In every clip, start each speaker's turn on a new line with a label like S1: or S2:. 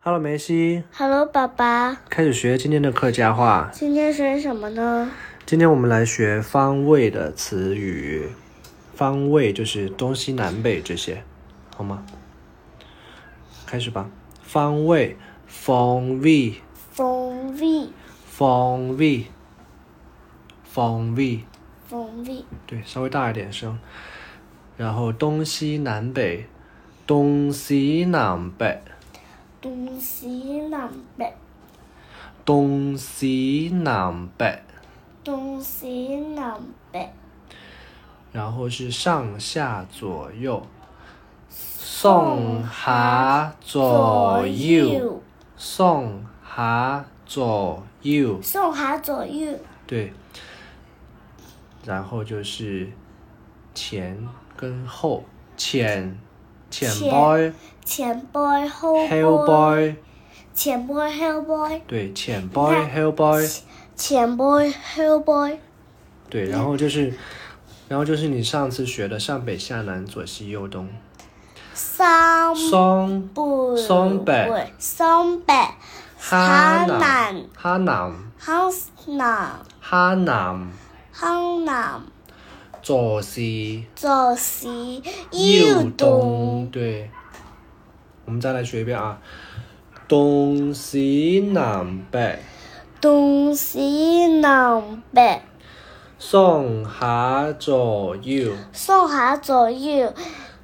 S1: Hello，梅西，
S2: Hello，爸爸，
S1: 开始学今天的客家话。
S2: 今天学什么呢？
S1: 今天我们来学方位的词语，方位就是东西南北这些，好吗？开始吧。方位，方位，
S2: 风味，
S1: 方位，方位，
S2: 风味，
S1: 对，稍微大一点声。然后东西南北，东西南北，
S2: 东西南北，
S1: 东西南北，
S2: 东西南北，
S1: 然后是上下左右，上下左右，，上下左右，
S2: 上下左右，
S1: 对。然后就是前跟后，前前
S2: 前
S1: boy
S2: 前背后
S1: hell
S2: 背，
S1: boy，
S2: 前背后背，
S1: 对，前 boy hell boy，
S2: 前背后背，
S1: 对，然后就是，然后就是你上次学的上北下南左西右东，
S2: 三
S1: 上
S2: 背，
S1: 松北，
S2: 三北，
S1: 哈
S2: 哈
S1: 南
S2: 南
S1: 哈南
S2: 汉南，
S1: 哈南
S2: 汉南，
S1: 左西。
S2: 左西
S1: 右
S2: 右
S1: 东，
S2: 东，
S1: 对。我们再来学一遍啊，东西南北，
S2: 东西南北。
S1: 上下左右，
S2: 上下左右，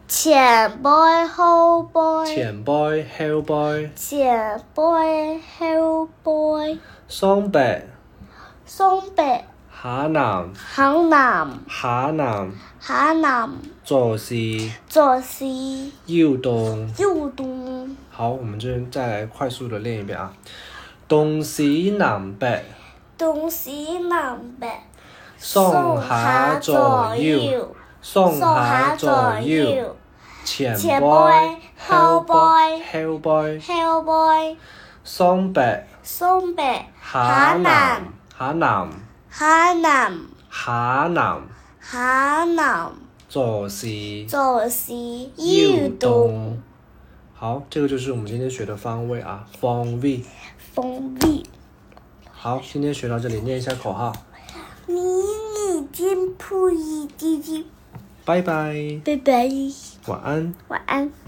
S2: 前背后背，
S1: 前背后背，
S2: 前背后背，
S1: 上北
S2: 上北
S1: 下南
S2: 下南
S1: 下南，
S2: 下南，
S1: 左西
S2: 左西
S1: 右东。
S2: 右东，
S1: 好，我们这边再来快速的练一遍啊，东西南北，
S2: 东西南北，
S1: 上下左右，，上
S2: 上下
S1: 下左
S2: 左
S1: 右，
S2: 右，
S1: 前
S2: 前
S1: 背
S2: 背
S1: 后
S2: 后
S1: 背
S2: 背
S1: 后背。
S2: 后背，
S1: 松北、
S2: 上北
S1: hà
S2: 下
S1: nam
S2: 南
S1: hà nam
S2: 下
S1: hà
S2: 南
S1: nam
S2: 下南，
S1: 左西
S2: 左西
S1: 右
S2: 右东。
S1: 东。好，这个就是我们今天学的方位啊，方位。
S2: 封闭。
S1: 好，今天学到这里，念一下口号，
S2: 迷你金铺一滴滴，
S1: 拜拜，
S2: 拜拜，
S1: 晚安。
S2: 晚安。